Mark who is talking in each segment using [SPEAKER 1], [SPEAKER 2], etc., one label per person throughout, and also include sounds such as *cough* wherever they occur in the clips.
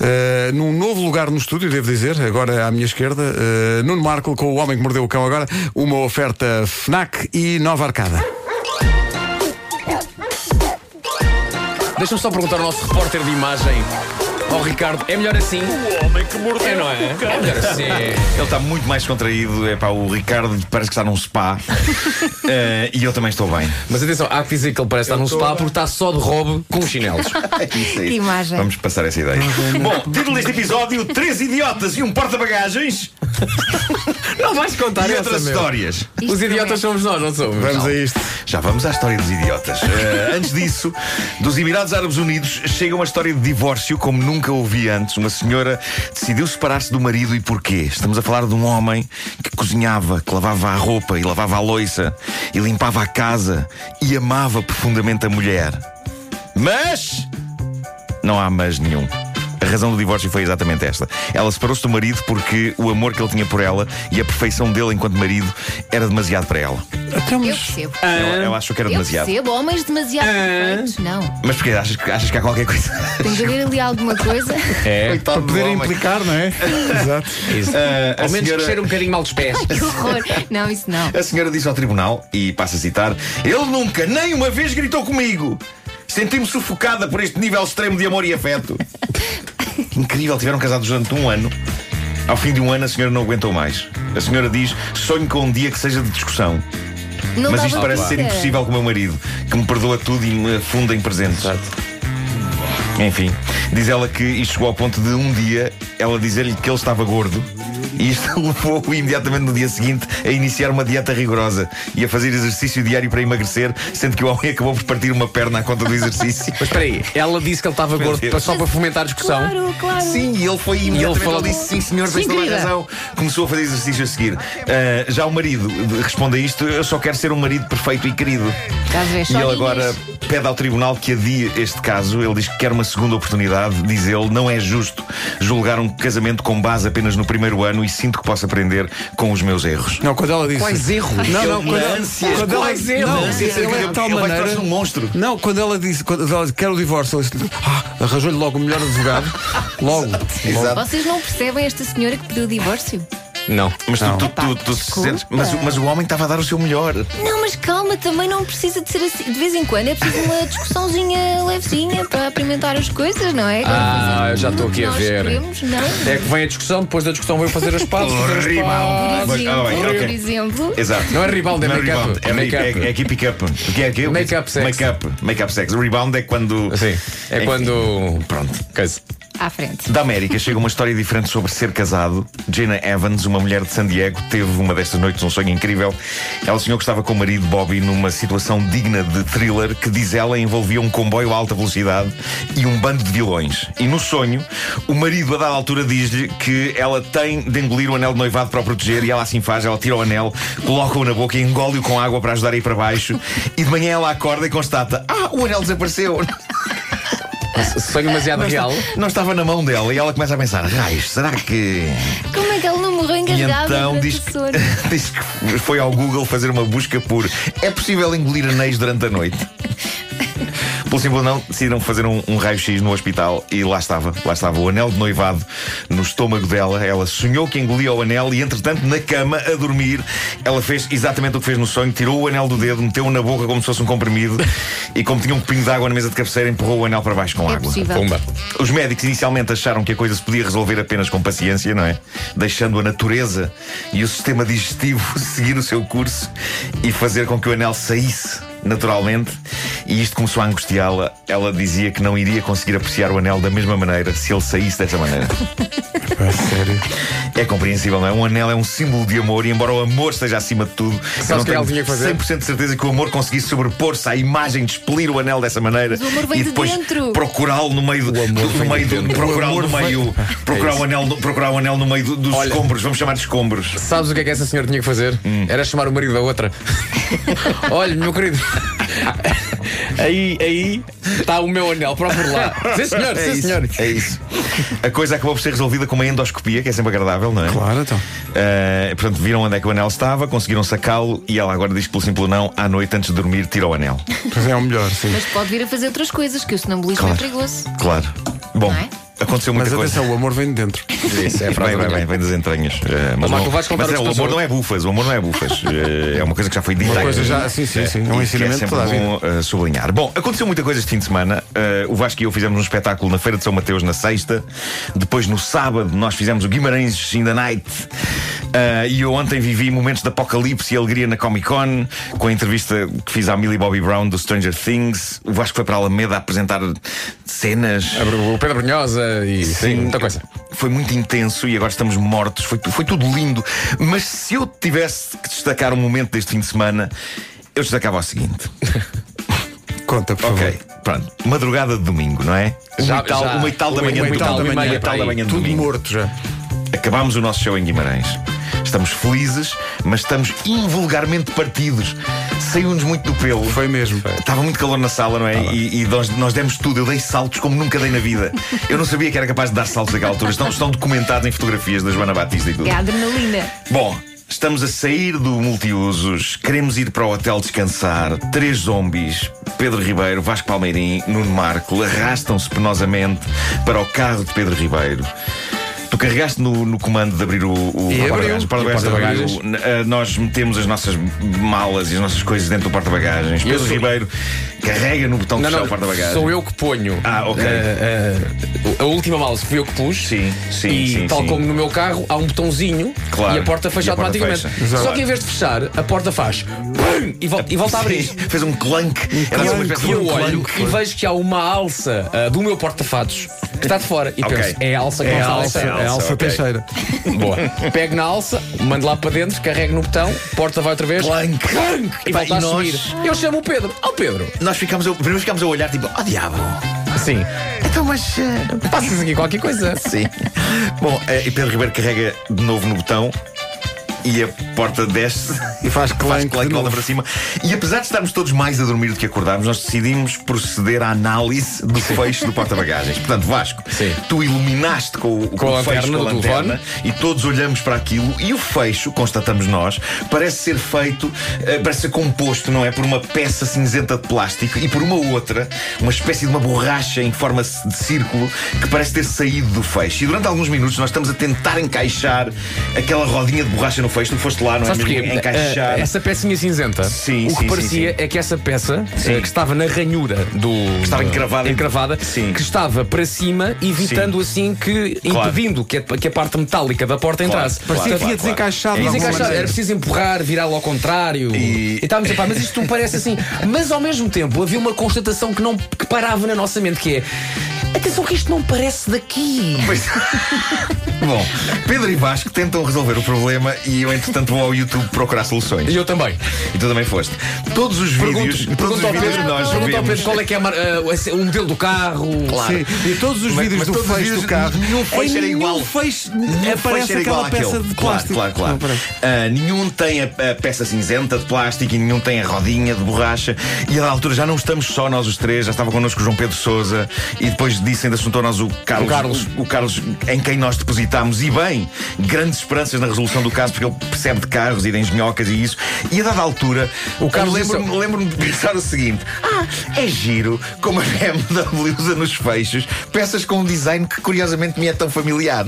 [SPEAKER 1] Uh, num novo lugar no estúdio, devo dizer, agora à minha esquerda, uh, Nuno Marco com o Homem que Mordeu o Cão agora, uma oferta FNAC e Nova Arcada.
[SPEAKER 2] Deixa-me só perguntar ao nosso repórter de imagem, ao Ricardo, é melhor assim?
[SPEAKER 3] O homem que mordeu
[SPEAKER 2] É, não é? É melhor assim.
[SPEAKER 4] Ele está muito mais contraído. É pá, o Ricardo parece que está num spa. Eh, e eu também estou bem.
[SPEAKER 2] Mas atenção, há que dizer que ele parece estar num spa porque está só de robe com os chinelos.
[SPEAKER 4] Isso aí.
[SPEAKER 5] Que imagem.
[SPEAKER 4] Vamos passar essa ideia. Bom, título deste episódio: Três idiotas e um porta-bagagens
[SPEAKER 2] Não vais contar
[SPEAKER 4] e
[SPEAKER 2] essa,
[SPEAKER 4] outras
[SPEAKER 2] meu.
[SPEAKER 4] histórias.
[SPEAKER 5] Isto
[SPEAKER 2] Os
[SPEAKER 5] não
[SPEAKER 2] idiotas
[SPEAKER 5] é.
[SPEAKER 2] somos nós, não somos?
[SPEAKER 1] Vamos a isto.
[SPEAKER 4] Já vamos à história
[SPEAKER 1] *laughs*
[SPEAKER 4] dos idiotas. Eh, antes disso, dos Emirados Árabes Unidos chega uma história de divórcio como nunca ouvi antes. Uma senhora decidiu separar-se do marido e porquê? Estamos a falar de um homem que cozinhava, que lavava a roupa e lavava a loiça e limpava a casa e amava profundamente a mulher. Mas não há mas nenhum. A razão do divórcio foi exatamente esta. Ela separou-se do marido porque o amor que ele tinha por ela e a perfeição dele enquanto marido era demasiado para ela.
[SPEAKER 1] Então,
[SPEAKER 5] Eu percebo.
[SPEAKER 4] Ela, ela achou que era
[SPEAKER 5] Eu
[SPEAKER 4] demasiado.
[SPEAKER 5] percebo. Homens demasiado perfeitos. Não.
[SPEAKER 4] Mas porquê? Achas, que- achas que há qualquer coisa?
[SPEAKER 5] Tem que haver ali
[SPEAKER 4] *laughs*
[SPEAKER 5] alguma coisa.
[SPEAKER 2] É.
[SPEAKER 4] Coitado
[SPEAKER 1] Para poder implicar, não é? *laughs* Exato.
[SPEAKER 2] Isso.
[SPEAKER 4] Ah, a
[SPEAKER 2] Ao menos
[SPEAKER 4] senhora-
[SPEAKER 2] que cheira um bocadinho mal dos pés.
[SPEAKER 5] Que horror. Não, isso não.
[SPEAKER 4] A senhora disse ao tribunal, e passa a citar: Ele nunca, nem uma vez, gritou comigo. Senti-me sufocada por este nível extremo de amor e afeto. Incrível, tiveram casados durante um ano. Ao fim de um ano, a senhora não aguentou mais. A senhora diz: Sonho com um dia que seja de discussão.
[SPEAKER 5] Não
[SPEAKER 4] Mas
[SPEAKER 5] dava
[SPEAKER 4] isto parece
[SPEAKER 5] conta.
[SPEAKER 4] ser impossível com o meu marido, que me perdoa tudo e me afunda em presentes. Enfim, diz ela que isto chegou ao ponto de um dia ela dizer-lhe que ele estava gordo. E isto *laughs* levou-o imediatamente no dia seguinte a iniciar uma dieta rigorosa e a fazer exercício diário para emagrecer, sendo que o homem acabou por partir uma perna à conta do
[SPEAKER 5] *laughs*
[SPEAKER 4] exercício.
[SPEAKER 2] Mas espera aí, ela disse que ele estava gordo
[SPEAKER 4] Deus.
[SPEAKER 2] para- só para fomentar a discussão.
[SPEAKER 5] Claro, claro.
[SPEAKER 4] Sim, e ele foi imediatamente.
[SPEAKER 2] falou-
[SPEAKER 4] Ele, disse: Sim, senhor, tens
[SPEAKER 5] Sim,
[SPEAKER 4] toda a
[SPEAKER 5] querida."
[SPEAKER 4] razão. Começou a fazer exercício a seguir. Ah, já o marido de- responde a isto: Eu só quero ser um marido perfeito e querido.
[SPEAKER 5] Estás a ver?
[SPEAKER 4] E
[SPEAKER 5] É Só
[SPEAKER 4] ele agora
[SPEAKER 5] linhas.
[SPEAKER 4] pede ao tribunal que adie este caso. Ele diz que quer uma segunda oportunidade. Diz ele: não é justo julgar um casamento com base apenas no primeiro ano e sinto que posso aprender com os meus erros.
[SPEAKER 1] Não, quando ela disse.
[SPEAKER 2] Quais erros?
[SPEAKER 1] Não, não,
[SPEAKER 4] Ele
[SPEAKER 1] quando ela,
[SPEAKER 4] ânsias.
[SPEAKER 1] quando ela-
[SPEAKER 2] Quais erros?
[SPEAKER 1] não,
[SPEAKER 4] Ânsias.
[SPEAKER 1] ele é de tal
[SPEAKER 4] Ele vai
[SPEAKER 1] maneira.
[SPEAKER 4] tornar-se um monstro.
[SPEAKER 1] Não, quando ela disse, quando ela disse, quero o divórcio, ela disse, "Ah, arranjou-lhe logo o melhor advogado. Logo. Logo.
[SPEAKER 5] Vocês não percebem esta senhora que pediu o divórcio?
[SPEAKER 2] Não.
[SPEAKER 4] Mas tu,
[SPEAKER 1] Não.
[SPEAKER 4] tu,
[SPEAKER 5] Epá,
[SPEAKER 4] tu, tu
[SPEAKER 5] desculpa.
[SPEAKER 4] sentes. Mas, o- mas o homem estava a dar o seu melhor.
[SPEAKER 5] Não, mas calma, também não precisa de ser assim. De vez em quando é preciso uma discussãozinha levezinha para experimentar as coisas, não é?
[SPEAKER 2] Ah, eu já estou aqui a
[SPEAKER 5] Nós
[SPEAKER 2] ver.
[SPEAKER 5] Queremos, não.
[SPEAKER 2] É que vem a discussão, depois da discussão veio fazer as pazes. fazer as
[SPEAKER 4] Horrível.
[SPEAKER 2] pazes.
[SPEAKER 4] Mas, ah,
[SPEAKER 5] Por
[SPEAKER 4] bem,
[SPEAKER 5] exemplo,
[SPEAKER 4] ok.
[SPEAKER 5] por exemplo.
[SPEAKER 4] Exato.
[SPEAKER 2] Não é rebound, é
[SPEAKER 4] Não
[SPEAKER 2] make-up.
[SPEAKER 4] rebound, É,
[SPEAKER 2] É make-up.
[SPEAKER 4] make-up. É, é keep up. O que é que é?
[SPEAKER 2] Make-up sex.
[SPEAKER 4] Make-up. Make-up sex. Rebound é quando.
[SPEAKER 2] Sim, é
[SPEAKER 4] Enfim,
[SPEAKER 2] quando.
[SPEAKER 4] Pronto.
[SPEAKER 2] Coisa.
[SPEAKER 5] À frente.
[SPEAKER 4] Da América chega uma história diferente sobre ser casado. Jana Evans, uma mulher de San Diego, teve uma destas noites um sonho incrível. Ela sonhou que estava com o marido Bobby numa situação digna de thriller que, diz ela, envolvia um comboio a alta velocidade e um bando de vilões. E no sonho, o marido, a dada altura, diz-lhe que ela tem de engolir o anel de noivado para o proteger e ela assim faz. Ela tira o anel, coloca-o na boca e engole-o com água para ajudar a ir para baixo. E de manhã ela acorda e constata: Ah, o anel desapareceu.
[SPEAKER 2] Sonho demasiado real.
[SPEAKER 4] Não estava na mão dela e ela começa a pensar: Raios, será que.
[SPEAKER 5] Como é que ele não morreu
[SPEAKER 4] E
[SPEAKER 5] engasgado
[SPEAKER 4] então
[SPEAKER 5] durante
[SPEAKER 4] diz *laughs*
[SPEAKER 5] o
[SPEAKER 4] que,
[SPEAKER 5] sono?
[SPEAKER 4] diz que foi ao Google fazer uma busca por é possível engolir anéis durante a noite? Pelo simples não, decidiram fazer um, um raio-x no hospital e lá estava, lá estava o anel de noivado no estômago dela. Ela sonhou que engolia o anel e, entretanto, na cama, a dormir, ela fez exatamente o que fez no sonho: tirou o anel do dedo, meteu-o na boca como se fosse um comprimido e, como tinha um copinho de água na mesa de cabeceira, empurrou o anel para baixo com
[SPEAKER 5] É
[SPEAKER 4] água.
[SPEAKER 5] possível.
[SPEAKER 2] Pumba.
[SPEAKER 4] Os médicos inicialmente acharam que a coisa se podia resolver apenas com paciência, não é? Deixando a natureza e o sistema digestivo *laughs* seguir o seu curso e fazer com que o anel saísse naturalmente. E isto começou a angustiá-la. Ela dizia que não iria conseguir apreciar o anel da mesma maneira se ele saísse dessa maneira.
[SPEAKER 1] Pá, sério.
[SPEAKER 4] É compreensível, não é? Um anel é um símbolo de amor e, embora o amor esteja acima de tudo,
[SPEAKER 2] Sabes
[SPEAKER 4] eu não
[SPEAKER 2] o que ela tinha
[SPEAKER 4] tenho
[SPEAKER 2] que fazer?
[SPEAKER 4] 100% de certeza que o amor conseguisse sobrepor-se à imagem de expelir o anel dessa maneira
[SPEAKER 5] Mas o amor vem
[SPEAKER 4] e
[SPEAKER 5] de
[SPEAKER 4] depois
[SPEAKER 5] dentro.
[SPEAKER 4] procurá-lo no meio do,
[SPEAKER 2] O amor
[SPEAKER 4] do-
[SPEAKER 2] vem
[SPEAKER 4] no meio
[SPEAKER 2] de
[SPEAKER 4] do,
[SPEAKER 2] dentro.
[SPEAKER 4] procurá-lo no
[SPEAKER 1] O amor
[SPEAKER 2] *laughs*
[SPEAKER 4] meio procurar o anel no- procurar o anel no meio do- dos
[SPEAKER 2] Olha.
[SPEAKER 4] escombros, vamos chamar de escombros.
[SPEAKER 2] Sabes o que é que essa senhora tinha que fazer? Era chamar o marido da *laughs* outra. Olha, meu querido. Aí, aí está o meu anel, próprio lá. Sim, senhor,
[SPEAKER 4] é
[SPEAKER 2] sim,
[SPEAKER 4] isso,
[SPEAKER 2] senhor.
[SPEAKER 4] é isso. A coisa acabou por ser resolvida com uma endoscopia, que é sempre agradável, não é?
[SPEAKER 1] Claro, então.
[SPEAKER 4] Uh, portanto, viram onde é que o anel estava, conseguiram sacá-lo e ela agora diz pelo simples não, à noite antes de dormir, tira o anel.
[SPEAKER 1] Pois é, é o melhor, sim.
[SPEAKER 5] Mas pode vir a fazer outras coisas, que o sonambulismo é
[SPEAKER 4] Claro.
[SPEAKER 5] perigoso.
[SPEAKER 4] Claro. Bom,
[SPEAKER 5] Não é?
[SPEAKER 4] aconteceu muita
[SPEAKER 1] Mas
[SPEAKER 4] coisa.
[SPEAKER 1] atenção, o amor vem de dentro.
[SPEAKER 2] Isso, é a frase
[SPEAKER 4] Bem, bem,
[SPEAKER 2] original.
[SPEAKER 4] bem, vem das entranhas. Eh, mas
[SPEAKER 2] Marco,
[SPEAKER 4] não-
[SPEAKER 2] vais contar
[SPEAKER 4] mas
[SPEAKER 2] o que
[SPEAKER 4] é,
[SPEAKER 2] se
[SPEAKER 4] o
[SPEAKER 2] passou.
[SPEAKER 4] amor não é bufas, o amor não é bufas. Eh, é uma coisa que já foi dita. Eh,
[SPEAKER 1] Uma coisa
[SPEAKER 4] aqui.
[SPEAKER 1] já- sim, sim, sim, é um
[SPEAKER 4] E que
[SPEAKER 1] ensinamento
[SPEAKER 4] sempre
[SPEAKER 1] toda a vida.
[SPEAKER 4] bom eh, sublinhar. Bom, aconteceu muita coisa este fim de semana. Eh, o Vasco e eu fizemos um espetáculo na Feira de São Mateus na sexta. Depois, no sábado, nós fizemos o Guimarães in the Night. Eh, e eu ontem vivi momentos de apocalipse e alegria na Comic Con com a entrevista que fiz à Millie Bobby Brown do Stranger Things. O Vasco foi para a Alameda apresentar
[SPEAKER 1] É
[SPEAKER 4] cenas.
[SPEAKER 2] O Pedro Brunhosa e sim, muita coisa.
[SPEAKER 4] Foi muito intenso e agora estamos mortos. Foi, tu- foi tudo lindo. Mas se eu tivesse que destacar um momento deste fim de semana, eu destacava o seguinte.
[SPEAKER 1] Conta, por favor.
[SPEAKER 4] Ok, pronto. Madrugada de domingo, não é?
[SPEAKER 2] Já-
[SPEAKER 4] uma, e tal,
[SPEAKER 2] já.
[SPEAKER 4] uma e tal da
[SPEAKER 2] Uma
[SPEAKER 4] manhã
[SPEAKER 2] e
[SPEAKER 4] de
[SPEAKER 2] tal da
[SPEAKER 4] domingo.
[SPEAKER 2] manhã,
[SPEAKER 4] Uma e tal
[SPEAKER 2] pá,
[SPEAKER 4] da
[SPEAKER 2] aí.
[SPEAKER 4] manhã de
[SPEAKER 1] Tudo
[SPEAKER 4] domingo.
[SPEAKER 1] morto já.
[SPEAKER 4] Acabámos o nosso show em Guimarães. Estamos felizes, mas estamos invulgarmente partidos. Saiu-nos muito do pelo.
[SPEAKER 1] Foi mesmo.
[SPEAKER 4] Estava muito calor na sala, não é? E, e nós, nós demos tudo. Eu dei saltos como nunca dei na vida. Eu não sabia que era capaz de dar saltos naquela altura. Estão, estão documentados em fotografias da Joana Batista e tudo.
[SPEAKER 5] É a adrenalina.
[SPEAKER 4] Bom, estamos a sair do multiusos, queremos ir para o hotel descansar. Três zombies, Pedro Ribeiro, Vasco Palmeirim, Nuno Marco, arrastam-se penosamente para o carro de Pedro Ribeiro. Tu carregaste no, no comando de abrir o, o
[SPEAKER 1] E abriu.
[SPEAKER 4] porta-bagagens. O porta-bagagens
[SPEAKER 2] E o
[SPEAKER 4] abriu.
[SPEAKER 2] porta-bagagens.
[SPEAKER 4] N- ah, Nós metemos as nossas malas e as nossas coisas dentro do porta-bagagens. Pedro
[SPEAKER 2] sou-
[SPEAKER 4] Ribeiro carrega no botão de
[SPEAKER 2] Não,
[SPEAKER 4] fechar
[SPEAKER 2] não,
[SPEAKER 4] o porta-bagagens.
[SPEAKER 2] sou eu que ponho.
[SPEAKER 4] Ah, ok.
[SPEAKER 2] eh, eh, a última mouse fui eu que pus.
[SPEAKER 4] Sim, sim,
[SPEAKER 2] E
[SPEAKER 4] sim,
[SPEAKER 2] tal
[SPEAKER 4] sim.
[SPEAKER 2] como no meu carro, há um botãozinho
[SPEAKER 4] Claro.
[SPEAKER 2] e a porta fecha
[SPEAKER 4] E a porta
[SPEAKER 2] automaticamente.
[SPEAKER 4] fecha.
[SPEAKER 2] Só
[SPEAKER 1] Exato.
[SPEAKER 2] que em vez de fechar, a porta faz. pum, e, vol- e volta a abrir.
[SPEAKER 4] *laughs* Fez um clank. Era assim uma espécie
[SPEAKER 2] E é
[SPEAKER 4] de um
[SPEAKER 2] eu olho
[SPEAKER 4] clank.
[SPEAKER 2] e vejo que há uma alça ah, do meu porta-fatos que está de fora. E
[SPEAKER 4] Ok.
[SPEAKER 2] penso, é a alça que
[SPEAKER 4] É
[SPEAKER 2] faz
[SPEAKER 4] a
[SPEAKER 2] a
[SPEAKER 4] alça,
[SPEAKER 2] alça.
[SPEAKER 4] é a alça.
[SPEAKER 1] Alça
[SPEAKER 4] ok.
[SPEAKER 1] Teixeira.
[SPEAKER 2] Boa.
[SPEAKER 4] *laughs*
[SPEAKER 2] Pego na alça, mando lá para dentro, carrego no botão, porta vai outra vez.
[SPEAKER 4] Clank.
[SPEAKER 2] clank, e
[SPEAKER 4] Epá,
[SPEAKER 2] volta a
[SPEAKER 4] e nós?
[SPEAKER 2] subir. Eu chamo o Pedro. Ó Pedro.
[SPEAKER 4] Nós ficámos, a- primeiro ficámos a olhar tipo, oh diabo.
[SPEAKER 2] Sim.
[SPEAKER 4] Então, mas. eh,
[SPEAKER 2] Passas aqui qualquer coisa.
[SPEAKER 4] Sim. Bom, eh, e Pedro Ribeiro carrega de novo no botão e a porta desce.
[SPEAKER 1] E faz
[SPEAKER 4] *laughs* Faz
[SPEAKER 1] clank
[SPEAKER 4] claque
[SPEAKER 1] de
[SPEAKER 4] volta
[SPEAKER 1] novo.
[SPEAKER 4] para cima. E apesar de estarmos todos mais a dormir do que acordámos, nós decidimos proceder à análise do fecho do porta-bagagens. Portanto, Vasco,
[SPEAKER 2] Sim.
[SPEAKER 4] tu iluminaste com, o-
[SPEAKER 2] a
[SPEAKER 4] o fecho
[SPEAKER 2] lanterna
[SPEAKER 4] com a
[SPEAKER 2] do
[SPEAKER 4] lanterna e todos olhamos para aquilo e o fecho, constatamos nós, parece ser feito, eh, parece ser composto, não é? Por uma peça cinzenta de plástico e por uma outra, uma espécie de uma borracha em forma de círculo que parece ter saído do fecho. E durante alguns minutos nós estamos a tentar encaixar aquela rodinha de borracha no fecho. Tu foste lá, não é?
[SPEAKER 2] Sabes porquê?
[SPEAKER 4] Mesmo Encaixar.
[SPEAKER 2] Eh, essa pecinha cinzenta,
[SPEAKER 4] Sim,
[SPEAKER 2] o que
[SPEAKER 4] sim,
[SPEAKER 2] parecia
[SPEAKER 4] sim,
[SPEAKER 2] é que essa peça
[SPEAKER 4] Sim.
[SPEAKER 2] eh, que estava na ranhura do. Que
[SPEAKER 4] estava encravada.
[SPEAKER 2] encravada
[SPEAKER 4] Sim.
[SPEAKER 2] que estava para cima, evitando assim que.
[SPEAKER 4] Claro.
[SPEAKER 2] impedindo que a, que a parte metálica da porta
[SPEAKER 4] Claro,
[SPEAKER 2] entrasse.
[SPEAKER 4] claro,
[SPEAKER 1] Parecia que
[SPEAKER 4] claro,
[SPEAKER 1] havia desencaixado
[SPEAKER 4] claro. É
[SPEAKER 1] de
[SPEAKER 2] E
[SPEAKER 4] isso.
[SPEAKER 1] alguma
[SPEAKER 2] desencaixar,
[SPEAKER 1] maneira.
[SPEAKER 2] era preciso empurrar, virá-lo ao contrário.
[SPEAKER 4] E-
[SPEAKER 2] E estávamos a pá, mas isto não parece assim. Mas ao mesmo tempo havia uma constatação que não que parava na nossa mente, que é. Atenção que isto não parece daqui.
[SPEAKER 4] *laughs* Pois- Bom, Pedro e Vasco tentam resolver o problema e eu, entretanto, vou ao YouTube procurar soluções.
[SPEAKER 2] E eu também.
[SPEAKER 4] E tu também foste. Todos os
[SPEAKER 2] Pergunto,
[SPEAKER 4] vídeos,
[SPEAKER 2] pergunto
[SPEAKER 4] todos os
[SPEAKER 2] ao
[SPEAKER 4] vídeos
[SPEAKER 2] Pedro,
[SPEAKER 4] que nós
[SPEAKER 2] pergunto ao Pedro
[SPEAKER 4] vemos.
[SPEAKER 2] qual é que é a mar- eh, esse- o modelo do carro.
[SPEAKER 1] Sim, e todos os
[SPEAKER 4] Mas-
[SPEAKER 1] vídeos
[SPEAKER 4] é mas
[SPEAKER 1] do
[SPEAKER 4] todos os
[SPEAKER 1] fecho
[SPEAKER 4] vídeos,
[SPEAKER 1] do carro.
[SPEAKER 4] nenhum fecho
[SPEAKER 1] em
[SPEAKER 4] era
[SPEAKER 1] nenhum
[SPEAKER 4] igual.
[SPEAKER 1] fecho
[SPEAKER 4] Nenhum
[SPEAKER 1] aparece
[SPEAKER 4] fecho era igual
[SPEAKER 1] aquela peça
[SPEAKER 4] àquele.
[SPEAKER 1] de
[SPEAKER 4] Claro,
[SPEAKER 1] plástico.
[SPEAKER 4] Claro, claro,
[SPEAKER 1] Não, parece.
[SPEAKER 4] Ah, nenhum tem a, a peça cinzenta de plástico e nenhum tem a rodinha de borracha. E a da altura já não estamos só nós os três, já estava connosco o João Pedro Souza e depois disso ainda se juntou a nós o Carlos,
[SPEAKER 2] O Carlos.
[SPEAKER 4] o Carlos em quem nós depositámos, e bem, grandes esperanças na resolução do caso, porque ele percebe de carros e de engenhocas e isso. E a dada altura, o
[SPEAKER 2] Carlos
[SPEAKER 4] lembro-me
[SPEAKER 2] disse-
[SPEAKER 4] lembro-me de pensar o seguinte: ah, é giro como a BMW usa nos fechos peças com um design que curiosamente me é tão familiar.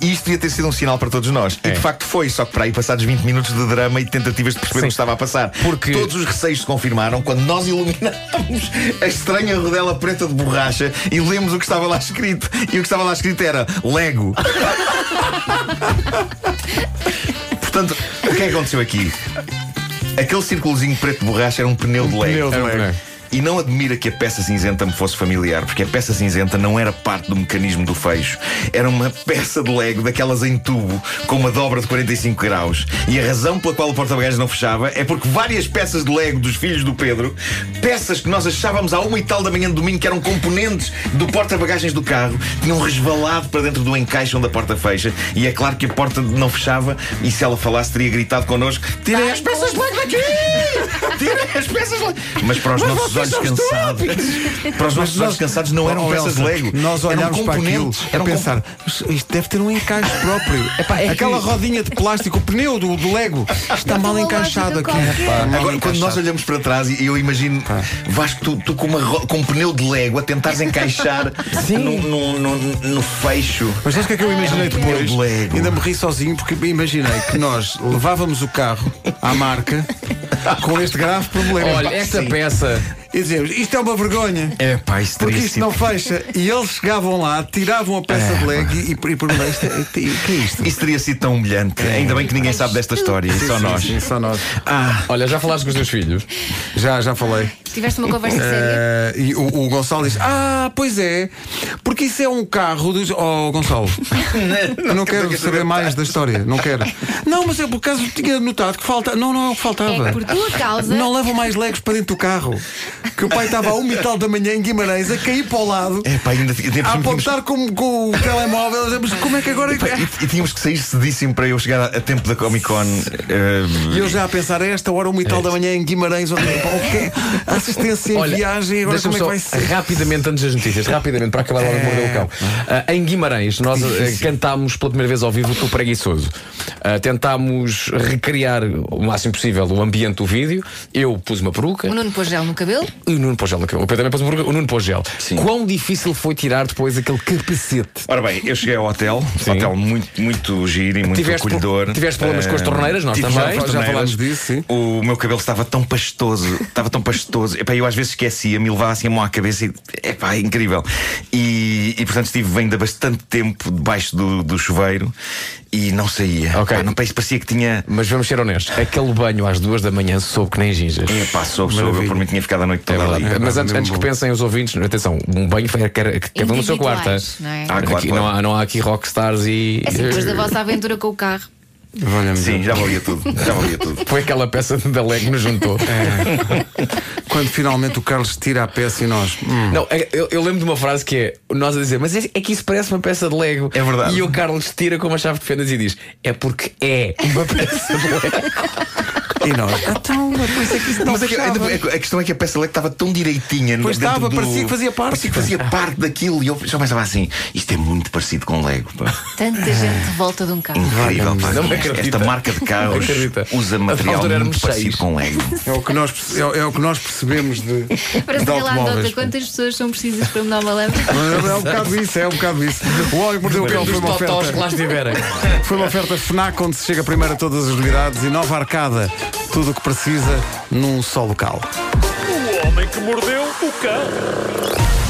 [SPEAKER 4] E isto devia ter sido um sinal para todos nós. E de facto foi, só que para aí passados 20 minutos de drama e tentativas de perceber o que estava a passar.
[SPEAKER 2] Porque-
[SPEAKER 4] todos os receios se confirmaram quando nós iluminámos a estranha rodela preta de borracha e lemos o que estava lá escrito. E o que estava lá escrito era Lego. Portanto, o que é que aconteceu aqui? Aquele círculozinho preto de borracha era um pneu de Lego.
[SPEAKER 1] pneu de
[SPEAKER 4] Era um
[SPEAKER 1] Lego.
[SPEAKER 4] pneu. E não admira que a peça cinzenta me fosse familiar, porque a peça cinzenta não era parte do mecanismo do fecho. Era uma peça de Lego daquelas em tubo, com uma dobra de 45 graus. E a razão pela qual o porta-bagagens não fechava é porque várias peças de Lego dos filhos do Pedro, peças que nós achávamos à uma e tal da manhã de domingo que eram componentes do porta-bagagens do carro, tinham resvalado para dentro do encaixe onde a porta fecha. E é claro que a porta não fechava, e se ela falasse, teria gritado connosco: Tirem as peças de Lego daqui! Tirem as peças de Lego! Mas para os nossos olhos cansados. Para os nossos olhos cansados não eram
[SPEAKER 1] Oh,
[SPEAKER 4] peças de
[SPEAKER 1] Elsa,
[SPEAKER 4] Lego. um
[SPEAKER 1] Nós
[SPEAKER 4] eram
[SPEAKER 1] olhámos para aquilo
[SPEAKER 4] componentes,
[SPEAKER 1] a
[SPEAKER 4] eram
[SPEAKER 1] pensar, "Isto- isto deve ter um encaixe
[SPEAKER 4] *laughs*
[SPEAKER 1] próprio.
[SPEAKER 2] Epá, é
[SPEAKER 1] Aquela
[SPEAKER 2] que-
[SPEAKER 1] rodinha de plástico, o pneu do, do Lego, está
[SPEAKER 5] Tem
[SPEAKER 1] mal
[SPEAKER 5] uma
[SPEAKER 1] encaixado
[SPEAKER 5] lógica
[SPEAKER 1] aqui.
[SPEAKER 5] qualquer.
[SPEAKER 1] Epá, mal
[SPEAKER 4] Agora, quando nós
[SPEAKER 1] encaixado.
[SPEAKER 4] olhamos para trás e eu imagino Vasco, tu, tu com, uma ro- com um pneu de Lego a tentares encaixar no, no- no- no fecho.
[SPEAKER 1] Mas sabes o que é que eu imaginei
[SPEAKER 5] Ai,
[SPEAKER 1] depois?
[SPEAKER 4] meu um Lego.
[SPEAKER 1] Ainda me ri sozinho porque imaginei que nós levávamos o carro à
[SPEAKER 4] *laughs*
[SPEAKER 1] marca com este grave problema.
[SPEAKER 2] Olha, esta
[SPEAKER 4] sim.
[SPEAKER 2] peça.
[SPEAKER 1] E dizemos, isto é uma vergonha.
[SPEAKER 4] É pá, isso
[SPEAKER 1] Porque isto não fecha. E eles chegavam lá, tiravam a peça de leg e, e perguntavam: "Isto é- isto é- o que é isto?
[SPEAKER 4] Isso teria sido tão humilhante. Ainda bem que ninguém sabe desta história, e só
[SPEAKER 1] Sim,
[SPEAKER 4] nós.
[SPEAKER 1] sim, só nós.
[SPEAKER 2] Olha, já falaste com os teus filhos?
[SPEAKER 1] Já, já falei.
[SPEAKER 5] Tiveste uma conversa séria.
[SPEAKER 1] Eh, e o, o Gonçalo diz: Ah, pois é, porque isso é um carro dos. Oh, Gonçalo, eu não quero saber mais da história, não quero. Não, mas é por acaso tinha notado que falta. Não, não é o que faltava.
[SPEAKER 5] É por tua causa.
[SPEAKER 1] Não levam mais legos para dentro do carro. Que o pai estava a uma e tal da manhã em Guimarães a cair para o lado,
[SPEAKER 4] É pá, ainda ainda
[SPEAKER 1] a
[SPEAKER 4] tínhamos-
[SPEAKER 1] apontar com, com o telemóvel. a dizer, Mas como é que agora.
[SPEAKER 4] Pá, E, e tínhamos que sair cedíssimo para eu chegar a, a tempo da Comic Con. eh,
[SPEAKER 1] E eu já a pensar, a esta hora, uma e tal da manhã em Guimarães, onde pá, o *laughs* quê? assistência *laughs* em viagem, agora como
[SPEAKER 2] deixa-me
[SPEAKER 1] é que vai
[SPEAKER 2] só,
[SPEAKER 1] ser?
[SPEAKER 2] Rapidamente, antes das notícias, rapidamente, para acabar logo de morder o cão.
[SPEAKER 1] É.
[SPEAKER 2] Ah, em Guimarães, nós ah, cantámos pela primeira vez ao vivo o Tu Preguiçoso. Ah, tentámos recriar o máximo possível o ambiente do vídeo. Eu pus uma peruca.
[SPEAKER 5] O Nuno pôs gel no cabelo.
[SPEAKER 2] E o Nuno pôs gel no cabelo. O Pedro também pôs uma peruca. O Nuno pôs gel. Quão difícil foi tirar depois aquele capacete?
[SPEAKER 4] Ora bem, eu cheguei ao hotel,
[SPEAKER 2] Sim.
[SPEAKER 4] hotel muito, muito giro e muito
[SPEAKER 2] Tiveste pro-
[SPEAKER 4] acolhedor.
[SPEAKER 2] tiveste problemas com as
[SPEAKER 4] Eh,
[SPEAKER 2] torneiras, nós
[SPEAKER 4] tive
[SPEAKER 2] também,
[SPEAKER 4] problemas com as
[SPEAKER 1] já falámos
[SPEAKER 4] torneiras.
[SPEAKER 1] disso, sim.
[SPEAKER 4] O meu cabelo estava tão pastoso, estava tão pastoso. Epá, eu às vezes esquecia-me, levava assim a mão à cabeça e. Epá, é incrível. E, e, portanto estive ainda bastante tempo debaixo do, do chuveiro e não saía.
[SPEAKER 2] Ok.
[SPEAKER 4] Pá, não parecia, parecia que tinha.
[SPEAKER 2] Mas vamos ser honestos, aquele banho às duas da manhã soube que nem gingas.
[SPEAKER 4] Epá, soube, soube. Eu por mim tinha ficado a noite
[SPEAKER 2] É
[SPEAKER 4] toda ali.
[SPEAKER 2] verdade. Mas antes, antes que pensem os ouvintes, atenção, um banho foi que era- que cada um no seu
[SPEAKER 5] Individuais,
[SPEAKER 2] quarto.
[SPEAKER 5] não é?
[SPEAKER 2] hein?
[SPEAKER 4] Ah, claro,
[SPEAKER 2] Aqui
[SPEAKER 4] claro.
[SPEAKER 2] Não, há, não há aqui rockstars e.
[SPEAKER 5] É assim,
[SPEAKER 1] Eh,
[SPEAKER 5] depois da vossa aventura com o carro.
[SPEAKER 1] Olha-me,
[SPEAKER 4] Sim, já valia tudo. Já valia tudo.
[SPEAKER 2] *laughs* Foi aquela peça da Leg que nos juntou.
[SPEAKER 1] quando finalmente o Carlos tira a peça e nós. hum,
[SPEAKER 2] Não, é- eu, eu lembro de uma frase que é nós a dizer, mas é, é que isso parece uma peça de Lego.
[SPEAKER 4] É verdade.
[SPEAKER 2] E o Carlos tira com uma chave de fendas e diz: é porque é uma peça de Lego.
[SPEAKER 1] e nós. *laughs* Então, mas por isso é que isso não
[SPEAKER 4] Mas é que- é-
[SPEAKER 1] fechava."
[SPEAKER 4] é- a questão é que a peça Lego estava tão direitinha no-
[SPEAKER 1] Pois
[SPEAKER 4] dentro
[SPEAKER 1] estava,
[SPEAKER 4] do-
[SPEAKER 1] parecia que fazia parte. é?
[SPEAKER 4] Parecia que fazia parte daquilo. E eu só pensava assim: isto é muito parecido com Lego. Pá.
[SPEAKER 5] Tanta gente de volta de um carro.
[SPEAKER 4] Incrível, pá.
[SPEAKER 2] Não me acredito.
[SPEAKER 4] Esta marca de
[SPEAKER 2] Não
[SPEAKER 4] carros
[SPEAKER 2] acredito.
[SPEAKER 4] usa
[SPEAKER 2] Na
[SPEAKER 4] material
[SPEAKER 2] altura éramos
[SPEAKER 4] muito parecido
[SPEAKER 2] seis.
[SPEAKER 4] com Lego.
[SPEAKER 1] É o que nós, perce- é, o- é o que nós percebemos de,
[SPEAKER 5] Para
[SPEAKER 1] de
[SPEAKER 5] sei lá,
[SPEAKER 1] automóveis.
[SPEAKER 5] nota quantas pessoas são precisas para me dar uma leva.
[SPEAKER 1] É um bocado isso, é um bocado isso. O Homem que Mordeu o Cão foi
[SPEAKER 2] Dos
[SPEAKER 1] uma
[SPEAKER 2] totós que lá
[SPEAKER 1] oferta.
[SPEAKER 2] estiverem.
[SPEAKER 1] Foi uma oferta FNAC onde se chega primeiro a todas as novidades e nova arcada. Tudo o que precisa num só local.
[SPEAKER 3] O homem que mordeu o cão.